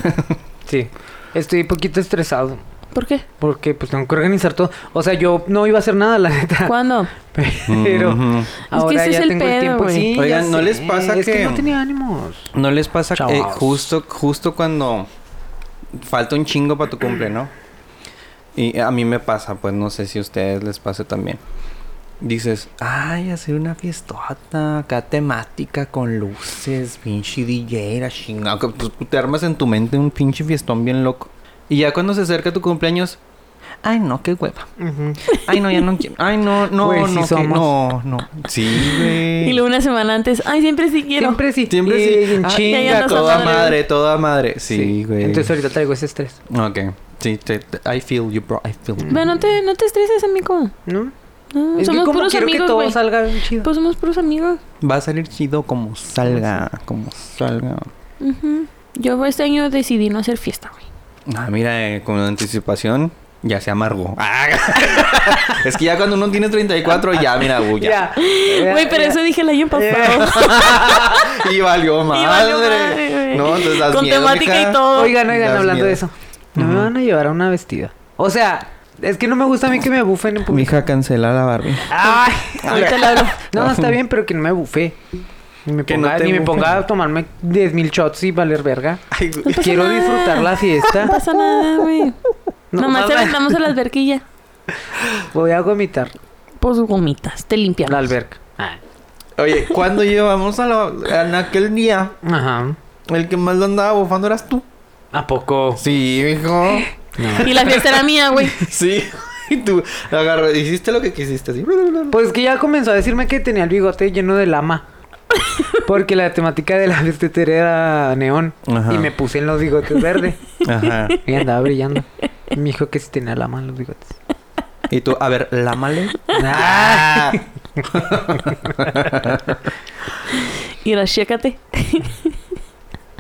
sí. Estoy un poquito estresado. ¿Por (laughs) qué? Porque pues tengo que organizar todo. O sea, yo no iba a hacer nada, la neta. ¿Cuándo? (laughs) Pero Ujú. ahora ese es ya el tengo el pedo, tiempo. güey. Sí, Oigan, ya ¿no sé. les pasa es que... que- no tenía ánimos? ¿No les pasa que Chavos. justo, justo cuando falta un chingo para tu cumple, ¿no? Y a mí me pasa, pues no sé si a ustedes les pase también. Dices, ay, hacer una fiestota acá temática con luces, pinche DJ, la chingada. que, Pues, te armas en tu mente un pinche fiestón bien loco. Y ya cuando se acerca tu cumpleaños, ay no, qué hueva. Ujú. Ay no, ya no quiero. Ay no, no, Güey, sí no, que- somos. no, no. (laughs) Sí, güey. Y luego una semana antes, ay, siempre sí quiero. Siempre sí. Siempre Y sí. en Ah, chinga. ya, ya. andas a toda madre. madre, toda madre. Sí, güey. Entonces ahorita traigo ese estrés. Ok. Sí, te- te- I feel you, bro. I feel you. Pero no te, no te estreses, amigo. ¿No? No, Es que somos como puros quiero que amigos, todo güey. salga bien chido. Pues somos puros amigos. Va a salir chido como salga, como salga. Ujú. Yo este año decidí no hacer fiesta, güey. Ah, mira, eh, con anticipación ya se amargo. (laughs) Ah, es que ya cuando uno tiene 34, ya, mira, uy, ya. Pues (laughs) Ya, Güey, pero ya. eso dije el eh, año pasado. Y valió valió madre, madre. güey. no, entonces das Con miedo, temática mija. y todo. Oigan, oigan, Das hablando miedo. de eso. No me Ujú. van a llevar a una vestida. O sea, es que no me gusta a mí que me bufen en público. Mija, cancela la Barbie. Ay, Ahorita le hablo. (laughs) No, está bien, pero que no me bufé. Ni me Que no ponga, te ni me bufe. ponga a tomarme 10.000 shots y valer verga. Ay, No pasa Quiero nada. disfrutar la fiesta. No (laughs) pasa nada, güey. (laughs) No, Nomás te nada. aventamos a la alberquilla. Voy a vomitar Pues gomitas, te limpiamos. la alberca. Ah. Oye, cuando llevamos a la, en aquel día, Ajá. el que más lo andaba bufando eras tú. ¿A poco? Sí, mijo. No. Y la fiesta era mía, (laughs) güey. (laughs) Sí. (laughs) Y tú agarró, hiciste lo que quisiste. Así. Pues que ya comenzó a decirme que tenía el bigote lleno de lama. Porque la temática de la vestetera era neón. Ajá. Y me puse en los bigotes verde. Ajá. Y andaba brillando. Y me dijo que si tenía lama en los bigotes. Y tú, a ver, lámale. Ah. Y era, chécate.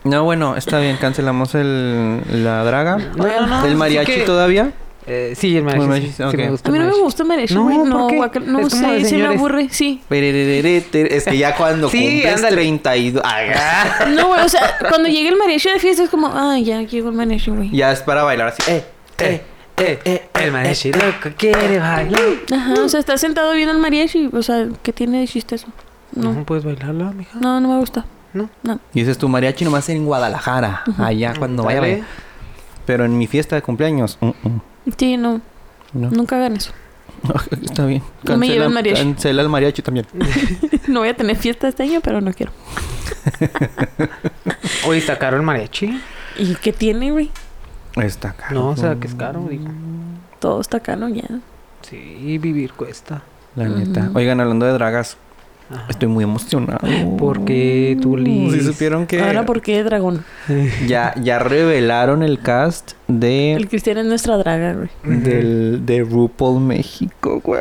No, bueno, está bien, cancelamos el, la draga. No, no, ¿El no, Ah, sí mariachi que- todavía? Eh, sí, el mariachi. Bueno, sí, mariachi, sí ok. me A gusta mí el no me mariachi. gusta el mariachi, No, güey. ¿por No, qué? guacal- no Es como de sé, se me señores. aburre, sí. Perererete, Es que ya cuando Sí, cumples ándale. 32... ay, ah, No, güey, o sea, cuando llegue el mariachi de fiesta es como, ay, ya llegó el mariachi, güey. ya es para bailar así. Eh, eh, eh, eh, el mariachi loco quiere bailar. Ajá, o sea, estás sentado viendo al mariachi, o sea, ¿qué tiene de chiste eso? No, puedes bailarla, mija. no, no me gusta. No. No. Y ese es tu mariachi nomás en Guadalajara. Allá Ah, cuando vaya a Dale. bailar. Pero en mi fiesta de cumpleaños... mm, mm, Sí, no, no. nunca hagan eso. (laughs) (laughs) Está bien. No me lleve el mariachi. Cancela el mariachi también. No voy a tener fiesta este año, pero no quiero. Oye, ¿está caro el mariachi? ¿Y qué tiene, güey? Está caro. No, o sea, que es Mm. caro, digo. Todo está caro ya. Sí, vivir cuesta. La neta. Oigan, hablando de dragas, Ajá. estoy muy emocionado. Porque tú, Liz. Mm. Si supieron que Ahora, ¿por qué dragón? ya, ya revelaron el cast El de, cristiano es nuestra draga, güey. del, de RuPaul México, güey.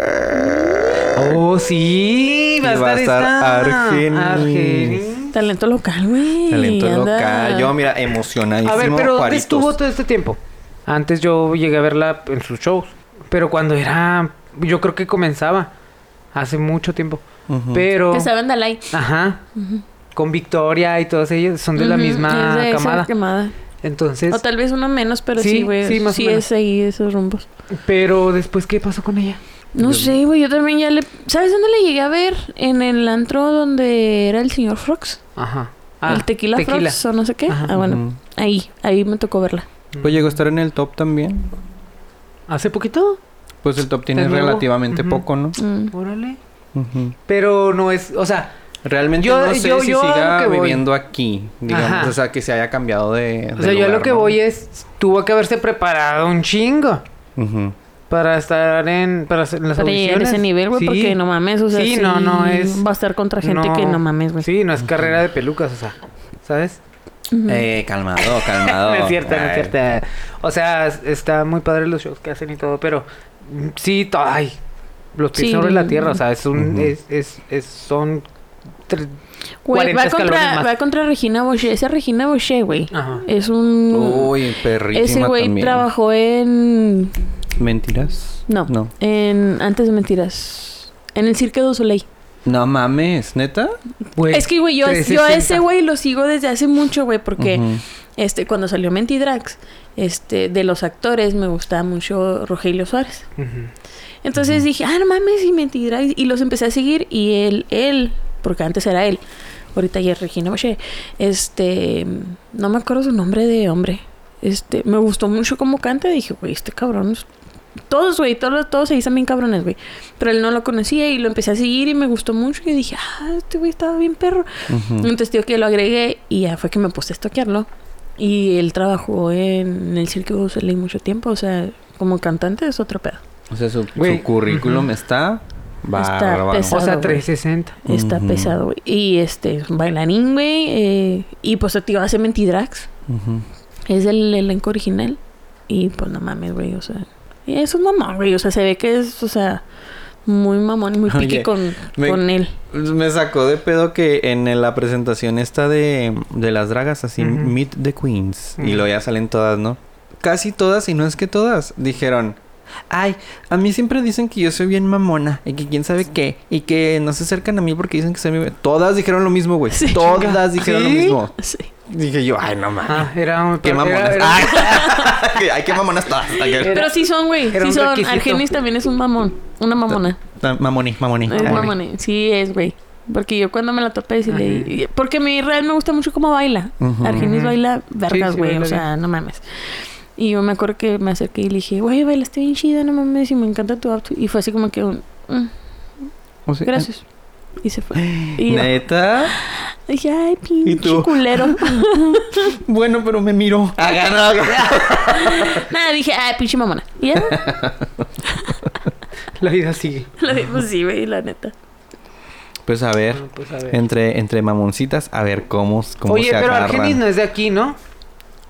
Oh, sí, va a Y va a estar, estar esta. Argenis. Argenis. Talento local, güey. Talento anda. local. Yo, mira, emocionadísimo. A ver, pero ¿dónde cuaritos. estuvo todo este tiempo? Antes yo llegué a verla en sus shows. Pero cuando era. Yo creo que comenzaba. Hace mucho tiempo. Ujú. Pero. Que saben Dalai. Ajá. Con Victoria y todos ellos son de la Ujú, misma es de esa camada. camada. Entonces, O tal vez uno menos, pero Sí, sí, güey. sí, Sí, más o menos. es ahí esos rumbos. pero después qué pasó con ella? No sé, güey. Yo también ya le. ¿Sabes dónde le llegué a ver? En el antro donde era el señor Frogs. Ajá. el tequila, Frogs o no sé qué. Ah, Ajá. Ah, bueno. Ujú. Ahí, ahí me tocó verla. Pues llegó a estar en el top también. Ah, Hace poquito. Pues el top tiene ¿Es nuevo? relativamente Ujú. poco, ¿no? Mm. Órale. Ujú. Pero no es, o sea, Realmente Yo- no sé yo- si yo a lo siga que voy. viviendo aquí, digamos. Ajá. O sea, que se haya cambiado de. o sea, yo a lo que voy es tuvo que haberse preparado un chingo para estar en para hacer las Para llegar a audiciones. ese nivel, güey, Sí. porque no mames, o sea, Sí, no, no es va a estar contra gente que no mames, güey. Sí, no es carrera de pelucas, o sea, ¿sabes? Ujú. Eh, calmado, calmado. (laughs) No es cierto, no es Ay. cierto. O sea, s- está muy padre los shows que hacen y todo, pero mm, sí, to- ay, los pies Sí. sobre la tierra, o sea, es un, Ujú. es, es, es, son tre- Güey, 40 va escalones contra, más. va contra Regina Boche. Esa Regina Boche, güey. Ajá. Es un. Uy, perrísima ese güey también. trabajó en. ¿Mentiras? No. No. En. Antes de mentiras. En el Cirque du Soleil. No mames, ¿neta? Güey, es que, güey, yo, yo a 360. ese güey lo sigo desde hace mucho, güey, porque Ujú. este, cuando salió Mentidrax, este, de los actores me gustaba mucho Rogelio Suárez. Ujú. Entonces dije, ah, no mames, y Mentidrax. Y los empecé a seguir y él, él, porque antes era él, ahorita ya es Regina Boche, este, no me acuerdo su nombre de hombre. Este, me gustó mucho cómo canta. Dije, güey, este cabrón es- Todos, güey, todos, todos se dicen bien cabrones, güey. Pero él no lo conocía y lo empecé a seguir y me gustó mucho. Y dije, ah, este güey estaba bien perro. Ujú. Entonces, tío, que lo agregué y ya fue que me puse a estoquearlo. Y él trabajó en el Cirque du Soleil mucho tiempo. O sea, como cantante es otro pedo. O sea, su, su Güey, currículum ujú. está bárbaro. pesado. O sea, güey. 360. Está Ujú. pesado, güey. Y este, es un bailarín, güey. eh, y pues el tío hace Mentidrax. Ujú. Es el elenco original. Y pues no mames, güey. O sea, y es un mamón, güey. O sea, se ve que es, o sea, muy mamón y muy pique Oye, con, me- con él. Pues Me sacó de pedo que en la presentación esta de, de las dragas, así, Ujú. Meet the Queens, y Ujú. luego ya salen todas, ¿no? Casi todas, y no es que todas, dijeron, ay, a mí siempre dicen que yo soy bien mamona, y que quién sabe qué, y que no se acercan a mí porque dicen que soy bien... Todas dijeron lo mismo, (laughs) güey. Sí. pues, todas dijeron ¿Sí? lo mismo. Sí. Dije yo, ay, no mames. Ah, era un... Qué era- (laughs) mamonas. era- Ay, ay, qué mamonas todas. (laughs) Ay, Pero sí son, güey. Era Sí un son. requisito. Argenis también es un mamón. Una mamona. qué- Mamoní, mamoní. Es mamoní. mamón. Sí, es, güey. Porque yo cuando me la topé, sí le- Ajá. y- Porque a mí real me gusta mucho cómo baila. Ujú. Argenis Ujú. baila vergas, sí, güey. baila o sea, no mames. Y yo me acuerdo que me acerqué y le dije, güey, bailaste bien chida, no mames, y me encanta tu outfit. Y fue así como que un, "Mm, O sea, gracias. Y se fue. (gasps) Y yo, Oh, Neta. dije, ay, ¿Y pinche tú? culero. (laughs) Bueno, pero me miró. Ah. Nada, dije, ay, pinche mamona. Y ya, (laughs) (laughs) La vida sigue. lo digo, sí, güey, la neta. Pues a ver. Bueno, pues, a ver. Entre, entre mamoncitas, a ver cómo, cómo Oye, se pero agarran. Argenis no es de aquí, ¿no?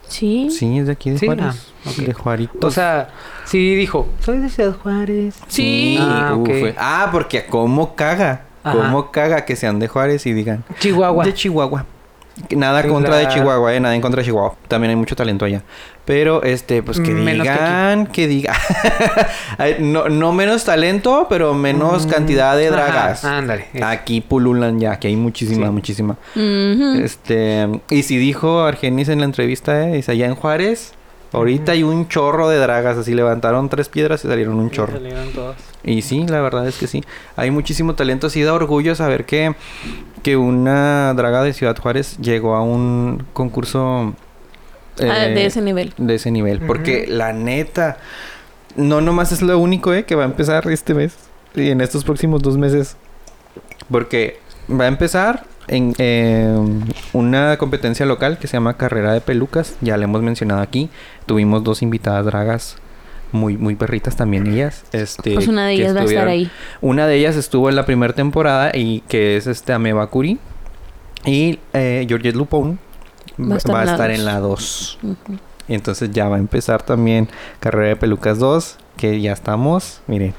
Sí. Sí, Sí, es de aquí de Sí, Juárez. ah, ok. De Juaritos. O sea, sí dijo, soy de Ciudad Juárez. Ah, Ah, uf, ok. eh. Ah, porque cómo caga. Ajá. Cómo caga que sean de Juárez y digan. Chihuahua. Pues De Chihuahua. Nada Sí, contra de claro. Chihuahua, eh, nada en contra de Chihuahua. También hay mucho talento allá. Pero, este, pues que Menos que aquí. digan, que, (laughs) digan. no, no menos talento, pero menos Mm, cantidad de ajá, dragas. Ah, ándale, eso. Aquí pululan ya, que hay muchísima, Sí. muchísima. Este, y si dijo Argenis en la entrevista, eh, dice, allá en Juárez, ahorita hay un chorro de dragas, así levantaron tres piedras y salieron un chorro. Salieron todos. Y sí, la verdad es que sí. Hay muchísimo talento. Sí da orgullo saber que, que una draga de Ciudad Juárez llegó a un concurso eh, Ah, de ese nivel. de ese nivel. Ujú. Porque la neta, no nomás es lo único eh, que va a empezar este mes y en estos próximos dos meses. Porque va a empezar en eh, una competencia local que se llama Carrera de Pelucas. Ya la hemos mencionado aquí. Tuvimos dos invitadas dragas. Muy, muy perritas también ellas. Este, Pues una de que ellas va a estar estuvieron- ahí. una de ellas estuvo en la primera temporada y que es este Ameba Curie. Y eh, Georgette Lupone Va a va estar va a en la estar dos. en la 2. Ujú. Entonces ya va a empezar también Carrera de Pelucas 2, que ya estamos, miren,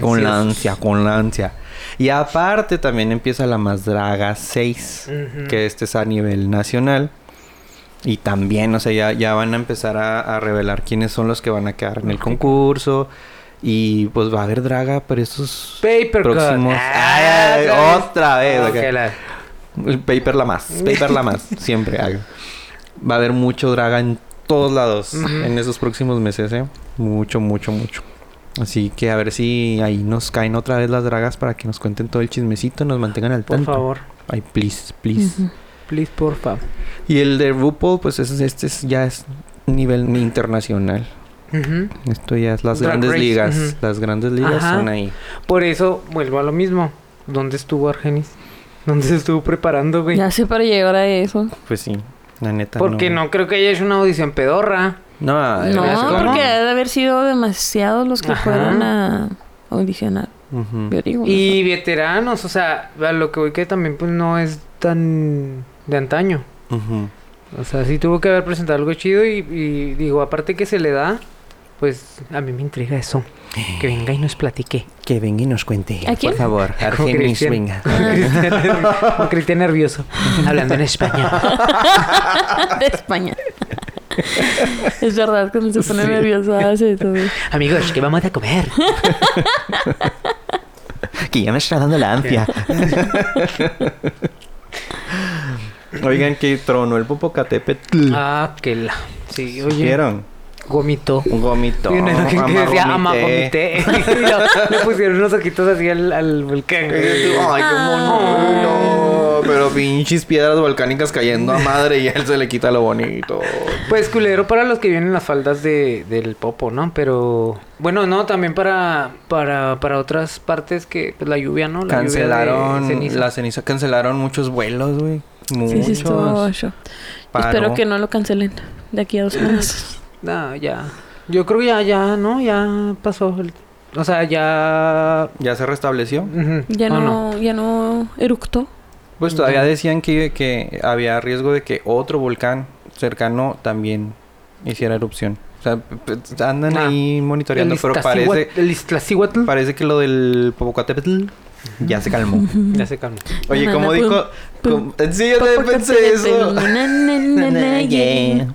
con la ansia, con la ansia. Y aparte también empieza la Más Draga 6, Ujú. que este es a nivel nacional. Y también, o sea, ya, ya van a empezar a, a revelar quiénes son los que van a quedar en el concurso. Y pues va a haber draga, pero esos Paper cut. próximos- Ay, ay, ay, otra vez, Ah, ok. ok, la- El paper la más. Paper la (laughs) más. Siempre. hago. Va a haber mucho draga en todos lados Ujú. en esos próximos meses, ¿eh? Mucho, mucho, mucho. Así que a ver si ahí nos caen otra vez las dragas para que nos cuenten todo el chismecito, nos mantengan al Por tanto. favor, Ay, please, please. Ujú. please, por favor. Y el de RuPaul, pues ese- este es- ya es nivel internacional. Ujú. Esto ya es las Drag grandes Race, ligas. ujú. Las grandes ligas Ajá. son ahí. Por eso vuelvo a lo mismo. ¿Dónde estuvo Argenis? ¿Dónde se estuvo preparando, güey? Ya sé para llegar a eso. Pues sí, la neta. Porque no. creo que haya hecho una audición pedorra. No, No, debería ser como- porque ha de haber sido demasiados los que Ajá. fueron a audicionar. Ujú. Yo digo, Y veteranos, o sea, a lo que voy que también pues no es tan de antaño. Ujú. O sea, sí tuvo que haber presentado algo chido y, y digo, aparte que se le da, pues a mí me intriga eso. Que venga y nos platique. Que venga y nos cuente. ¿A quién? Por favor, Como Argenis, Cristian. venga. Como Cristian nervioso, hablando en (laughs) España. ¿no? (laughs) de España. es verdad, cuando se pone nervioso hace eso. güey. Amigos, ¿qué vamos a comer? Que ya me está dando la ansia. (laughs) Oigan, que tronó el Popocatépetl. Ah, que la. Sí, oye. ¿Vieron? Gomito. Un gomito. Y una imagen que decía ama amagomité. gomité. (laughs) Y lo- le pusieron unos ojitos así al, al volcán. Ay, cómo Ah. no, no. Pero pinches piedras volcánicas cayendo a madre y a él se le quita lo bonito. Pues culero para los que vienen las faldas de, del popo, ¿no? Pero bueno, no, también para para, para otras partes que pues, la lluvia, ¿no? La lluvia de Cancelaron ceniza. la ceniza, cancelaron muchos vuelos, güey. Sí, sí, estuvo Muchos. show. Paró. Espero que no lo cancelen de aquí a dos semanas. No, ya. Yo creo que ya, ya, ¿no? Ya pasó. el- O sea, ya... ¿Ya se restableció? ujú, Ya ¿o no, ya no eructó. Pues todavía decían que, que había riesgo de que otro volcán cercano también hiciera erupción. O sea, p- p- andan Ah. ahí monitoreando, El pero Iztaccíhuatl- parece, El Iztaccíhuatl parece que lo del Popocatépetl ya se calmó. Ya se calmó. (laughs) Oye, Na, como na, dijo... pum, como- Sí, yo también pensé eso. Na, na, (laughs) na, na, yeah.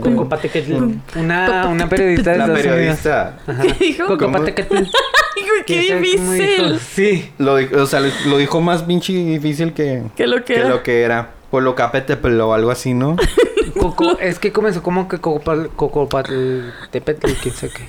Cocopatequetl. Una, una periodista de La Estados Unidos. periodista. ¿Qué (laughs) dijo? Coco- (laughs) Cocopatequetl. Hijo, qué ¿Quién sabe cómo dijo? difícil. Sí. Lo, di- o sea, lo, lo dijo más pinche difícil que, Que lo que que era. lo que era. Popocatépetl o algo así, ¿no? Coco, es que comenzó como que Cocopal- Cocopatequetl, quién sabe qué.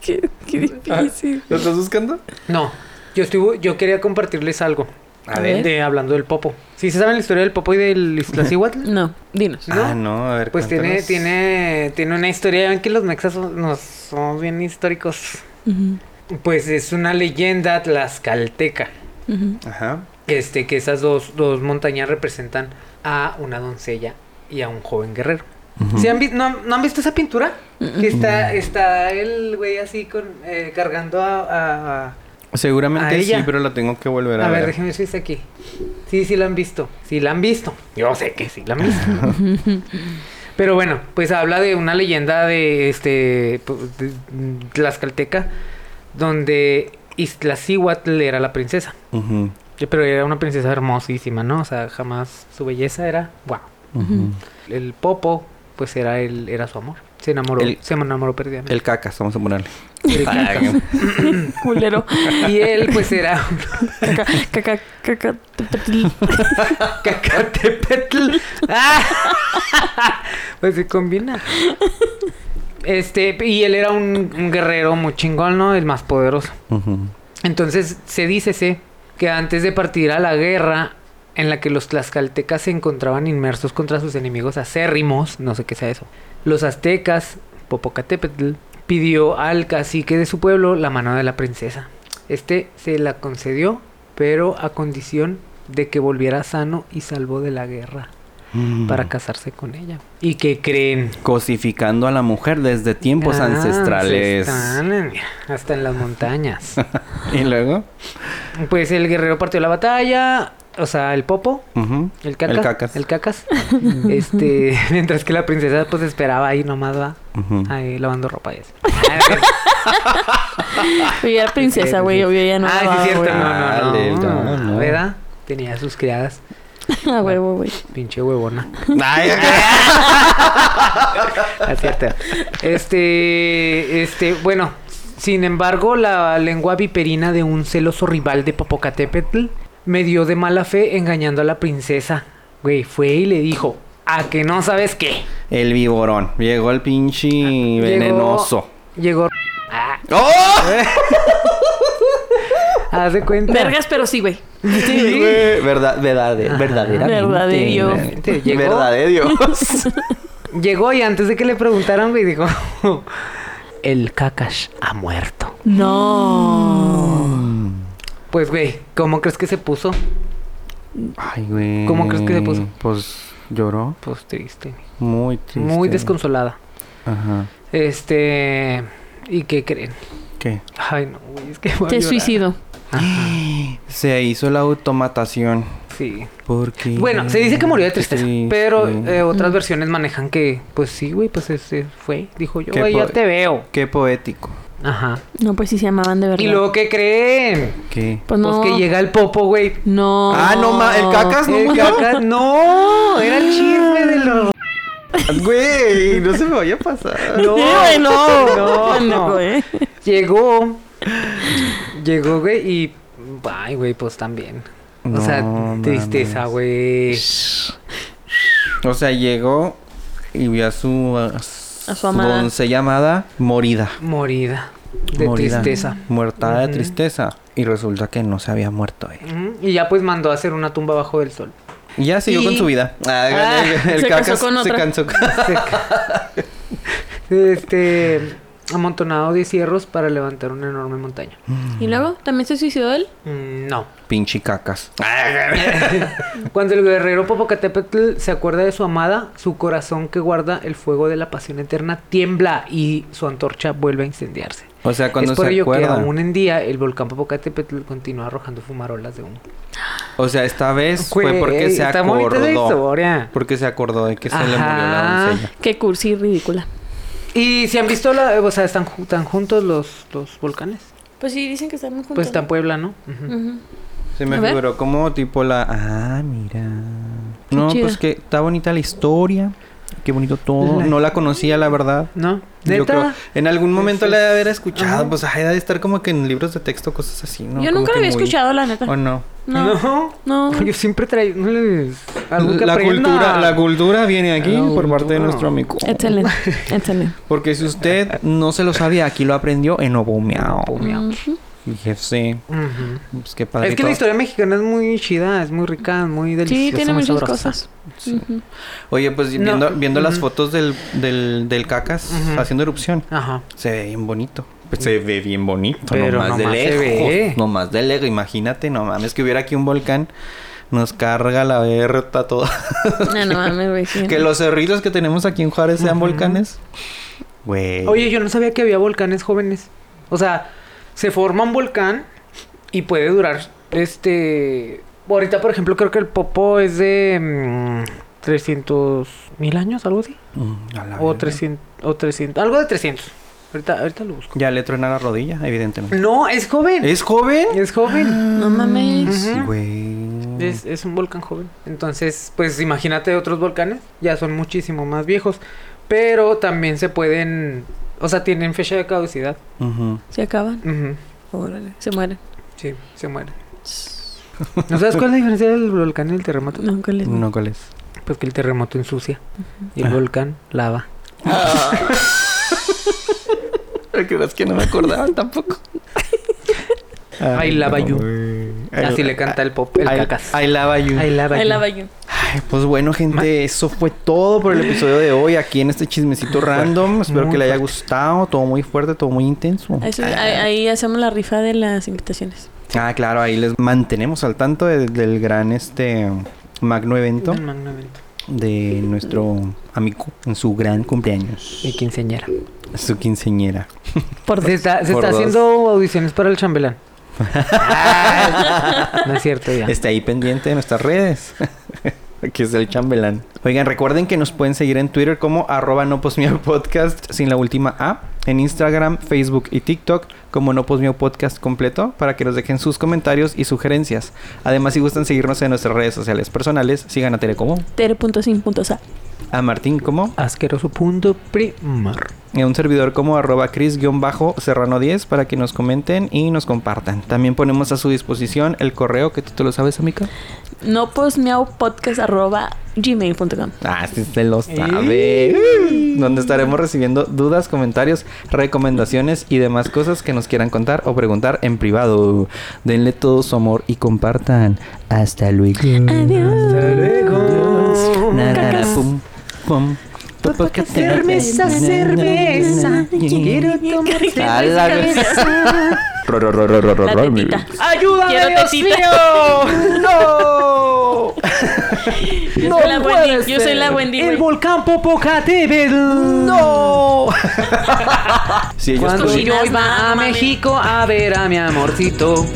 Qué, (laughs) qué difícil. ¿Lo estás buscando? No, yo estuve, yo quería compartirles algo. A ver. De, hablando del popo. ¿Sí se saben la historia del popo y del Iztaccíhuatl? No, dinos. ¿No? Ah, no, a ver. Pues tiene, cuéntanos. tiene, tiene una historia. Ya ven que los mexas son- nos somos bien históricos. Ujú, Pues es una leyenda tlaxcalteca. ujú. Ajá. Este, que esas dos, dos montañas representan a una doncella y a un joven guerrero. ¿Sí han vi- no, han- no han visto esa pintura? Que está, está el güey así con, eh, cargando a- a, A Seguramente sí, ella. pero la tengo que volver a, A ver, ver. déjeme ver si está aquí. Sí, sí la han visto. Sí la han visto. Yo sé que sí la han visto. Pero bueno, pues habla de una leyenda de este pu- de- mm, tlaxcalteca donde Iztaccíhuatl era la princesa. Ujú, Que- Pero era una princesa hermosísima, ¿no? O sea, jamás su belleza era wow. ujú. El Popo pues era el era su amor. Se enamoró, El- se enamoró perdidamente. El cacas, vamos a ponerle. El Cacas. Culero. y él pues era Caca, caca, caca. tup, tup, (laughs) tup. (laughs) Cacatepetl. (laughs) ¡Ah! pues se combina. Este, y él era un, un guerrero muy chingón, ¿no? El más poderoso. Ujú. Entonces, se dice se, que antes de partir a la guerra en la que los tlaxcaltecas se encontraban inmersos contra sus enemigos acérrimos, no sé qué sea eso. Los aztecas, Popocatépetl, pidió al cacique de su pueblo la mano de la princesa. Este se la concedió, pero a condición de que volviera sano y salvo de la guerra para casarse con ella. ¿Y que creen? Cosificando a la mujer desde tiempos Ah, ancestrales. ancestrales, Hasta en las montañas. Y luego. Pues el guerrero partió la batalla, o sea, el popo, Ujú. el cacas. El cacas. cacas. Ah. (laughs) este, mientras que la princesa pues esperaba ahí nomás, va, Ujú. ahí lavando ropa y eso. Yo era (laughs) princesa, güey. Yo ya no. ah, sí, lavaba, es cierto, güey. no, no, Dale, no, no, no. ¿Verdad? Tenía sus criadas, (laughs) Ah, huevo, güey. pinche huevona. (laughs) Ay, Acierta. Este, este, bueno, sin embargo, la lengua viperina de un celoso rival de Popocatépetl me dio de mala fe engañando a la princesa. Güey, fue y le dijo, a que no sabes qué. El viborón. Llegó el pinche venenoso. ¡Oh! Llegó... Ah, (laughs) haz de cuenta. Vergas, pero sí, (laughs) güey. Sí, güey. Verdad, verdade- verdaderamente. Verdadero. Ah, Llegó. Verdadero. (laughs) Llegó y antes de que le preguntaran, güey, dijo, (laughs) el cacash ha muerto. No. Pues, güey, ¿cómo crees que se puso? Ay, güey. ¿Cómo crees que le puso? Pues lloró. Pues triste. Muy triste. Muy desconsolada. Ajá. Este. ¿Y qué creen? ¿Qué? Ay, no, güey, es que. voy a Te llorar. suicido. Se hizo la automatación. Sí. Porque. Bueno, se dice que murió de tristeza. Sí, pero sí. eh, otras versiones manejan que, pues sí, güey, pues se fue. Dijo yo, Qué güey, ya po- te veo. Qué poético. Ajá. No, pues sí se amaban de verdad. ¿Y luego qué creen? ¿Qué? Pues no. Pues Pues que llega el popo, güey. No. Ah, no ma- el cacas no El murió. caca- No, era el chisme de los. (laughs) Güey, no se me vaya a pasar. No, Sí, güey, no. no, Pendejo, ¿eh? Llegó. Llegó, güey, y. Ay, güey, pues también. O No sea, tristeza, mames. güey. O sea, llegó y vio a su. A su amada. Doncella amada morida. Morida. De Morida. tristeza. Muertada de Ujú. tristeza. Y resulta que no se había muerto él. Ujú, Y ya pues mandó a hacer una tumba bajo del (laughs) sol. Y ya siguió Y- con su vida. Ah, Ah, el- el se cacas casó con se otra. cansó. Se ca- este. amontonado de cierros para levantar una enorme montaña. ¿Y luego? ¿También se suicidó él? Mm, no. (laughs) Pinche cacas. Cuando el guerrero Popocatépetl se acuerda de su amada, su corazón que guarda el fuego de la pasión eterna tiembla y su antorcha vuelve a incendiarse. O sea, cuando es por se ello acuerda. que aún en día el volcán Popocatépetl continúa arrojando fumarolas de humo. O sea, esta vez fue Güey, porque Pues, se está bonita la acordó. historia. Porque se acordó de que se le murió la Ajá. doncella. Qué cursi y ridícula. Y si han visto la, o sea, están, ju- tan juntos los, los volcanes. Pues sí, dicen que están muy juntos. Pues está en Puebla, ¿no? Ujú. Ujú. Se me A ver. figuró como tipo la. Ah, mira. Qué no, chida. pues que está bonita la historia. Qué bonito todo. La- No la conocía, la verdad. ¿No? Yo creo, ¿Neta? en algún momento la he de haber escuchado, Ajá. pues ay, ha de estar como que en libros de texto, cosas así, ¿no? Yo Como nunca que la había muy- escuchado, la neta. ¿O no? No. No. Yo siempre traigo... no les- algo que La aprenda. cultura, la cultura viene aquí La por parte de cultura. nuestro amigo. (laughs) Excelente. Excelente. Porque si usted no se lo sabía, aquí lo aprendió en Obomeao. Miau. Ujú. Fíjese, Ujú. pues qué padre. Es que la historia mexicana es muy chida, es muy rica, es muy deliciosa. Sí, tiene muy muchas sabrosa. cosas. Ujú. Oye, pues No. viendo, viendo las Ujú. fotos del, del, del cacas Ujú. haciendo erupción, Ajá. se ve bien bonito. Pues se ve bien bonito, Pero nomás, de nomás se ve. lejos. Nomás de lejos, imagínate, no mames, que hubiera aquí un volcán, nos carga la berta toda. No, no mames, güey. sí. (laughs) Que los cerritos que tenemos aquí en Juárez sean volcanes. Güey. Oye, yo no sabía que había volcanes jóvenes. O sea, se forma un volcán y puede durar. Este. Ahorita, por ejemplo, creo que el Popo es de. mm, 300 mil años, algo así. Mm, a la O verga. 300, o 300. Algo de 300. Ahorita, ahorita lo busco. Ya le truena la rodilla, evidentemente. No, es joven. Es, ¿Es joven? joven. No mames. Sí, Ujú. güey. Es, es un volcán joven. Entonces, pues imagínate otros volcanes, ya son muchísimo más viejos, pero también se pueden, o sea, tienen fecha de caducidad. Ujú. Se acaban. Ujú, Órale. Se mueren. Sí, se mueren. ¿No sabes cuál es la diferencia del volcán y el terremoto? Nunca les No, ¿cuál es? Pues que el terremoto ensucia y el Ajá. volcán lava. (laughs) crees que no me acordaba tampoco? Ay, lava you. Así le canta el pop, el I- cacas. I love you. Ay, lava. Ahí you. la baño. Ay, pues bueno, gente, eso fue todo por el episodio de hoy aquí en este chismecito random. Espero muy que le haya fuerte. gustado. Todo muy fuerte, todo muy intenso. Eso- ahí, ahí hacemos la rifa de las invitaciones. Ah, claro, ahí les mantenemos al tanto de- del gran este magno evento El magno evento. de nuestro amigo en su gran cumpleaños, Y quinceañera. su quinceñera. Por Se dos. está, se Por está dos. haciendo audiciones para el (laughs) chambelán. no es cierto ya. Esté ahí pendiente de nuestras redes. (laughs) Aquí es el chambelán. Oigan, recuerden que nos pueden seguir en Twitter como arroba no posmeo podcast sin la última A. En Instagram, Facebook y TikTok como no posmeo podcast completo para que nos dejen sus comentarios y sugerencias. Además, si gustan seguirnos en nuestras redes sociales personales, sigan a Tere como, Tere.sin.sa. a Martín como Asqueroso punto primar. en un servidor como arroba cris-serrano10 para que nos comenten y nos compartan. También ponemos a su disposición el correo que tú te lo sabes, amiga. No podcast arroba gmail.com. Ah, sí se lo sabe. Uh, Donde estaremos recibiendo dudas, comentarios, recomendaciones y demás cosas que nos quieran contar o preguntar en privado. Denle todo su amor y compartan. Hasta luego. Adiós. Na, na, na, Cacas. Pues, pum, pum. Cerveza, cerveza. Quiero tomar A la Ro, ro, ro, ro, ro, ro, La ro, mi- tetita. ¡Ayúdame, Quiero Dios tetita. mío! (laughs) ¡No! Yo ¡No soy la puede Wendy. Yo soy la ser! Wendy. ¡El güey. volcán Popocatépetl! ¡No! Si ellos Cuando tuvieran- yo Cochinas, iba a mami. México a ver a mi amorcito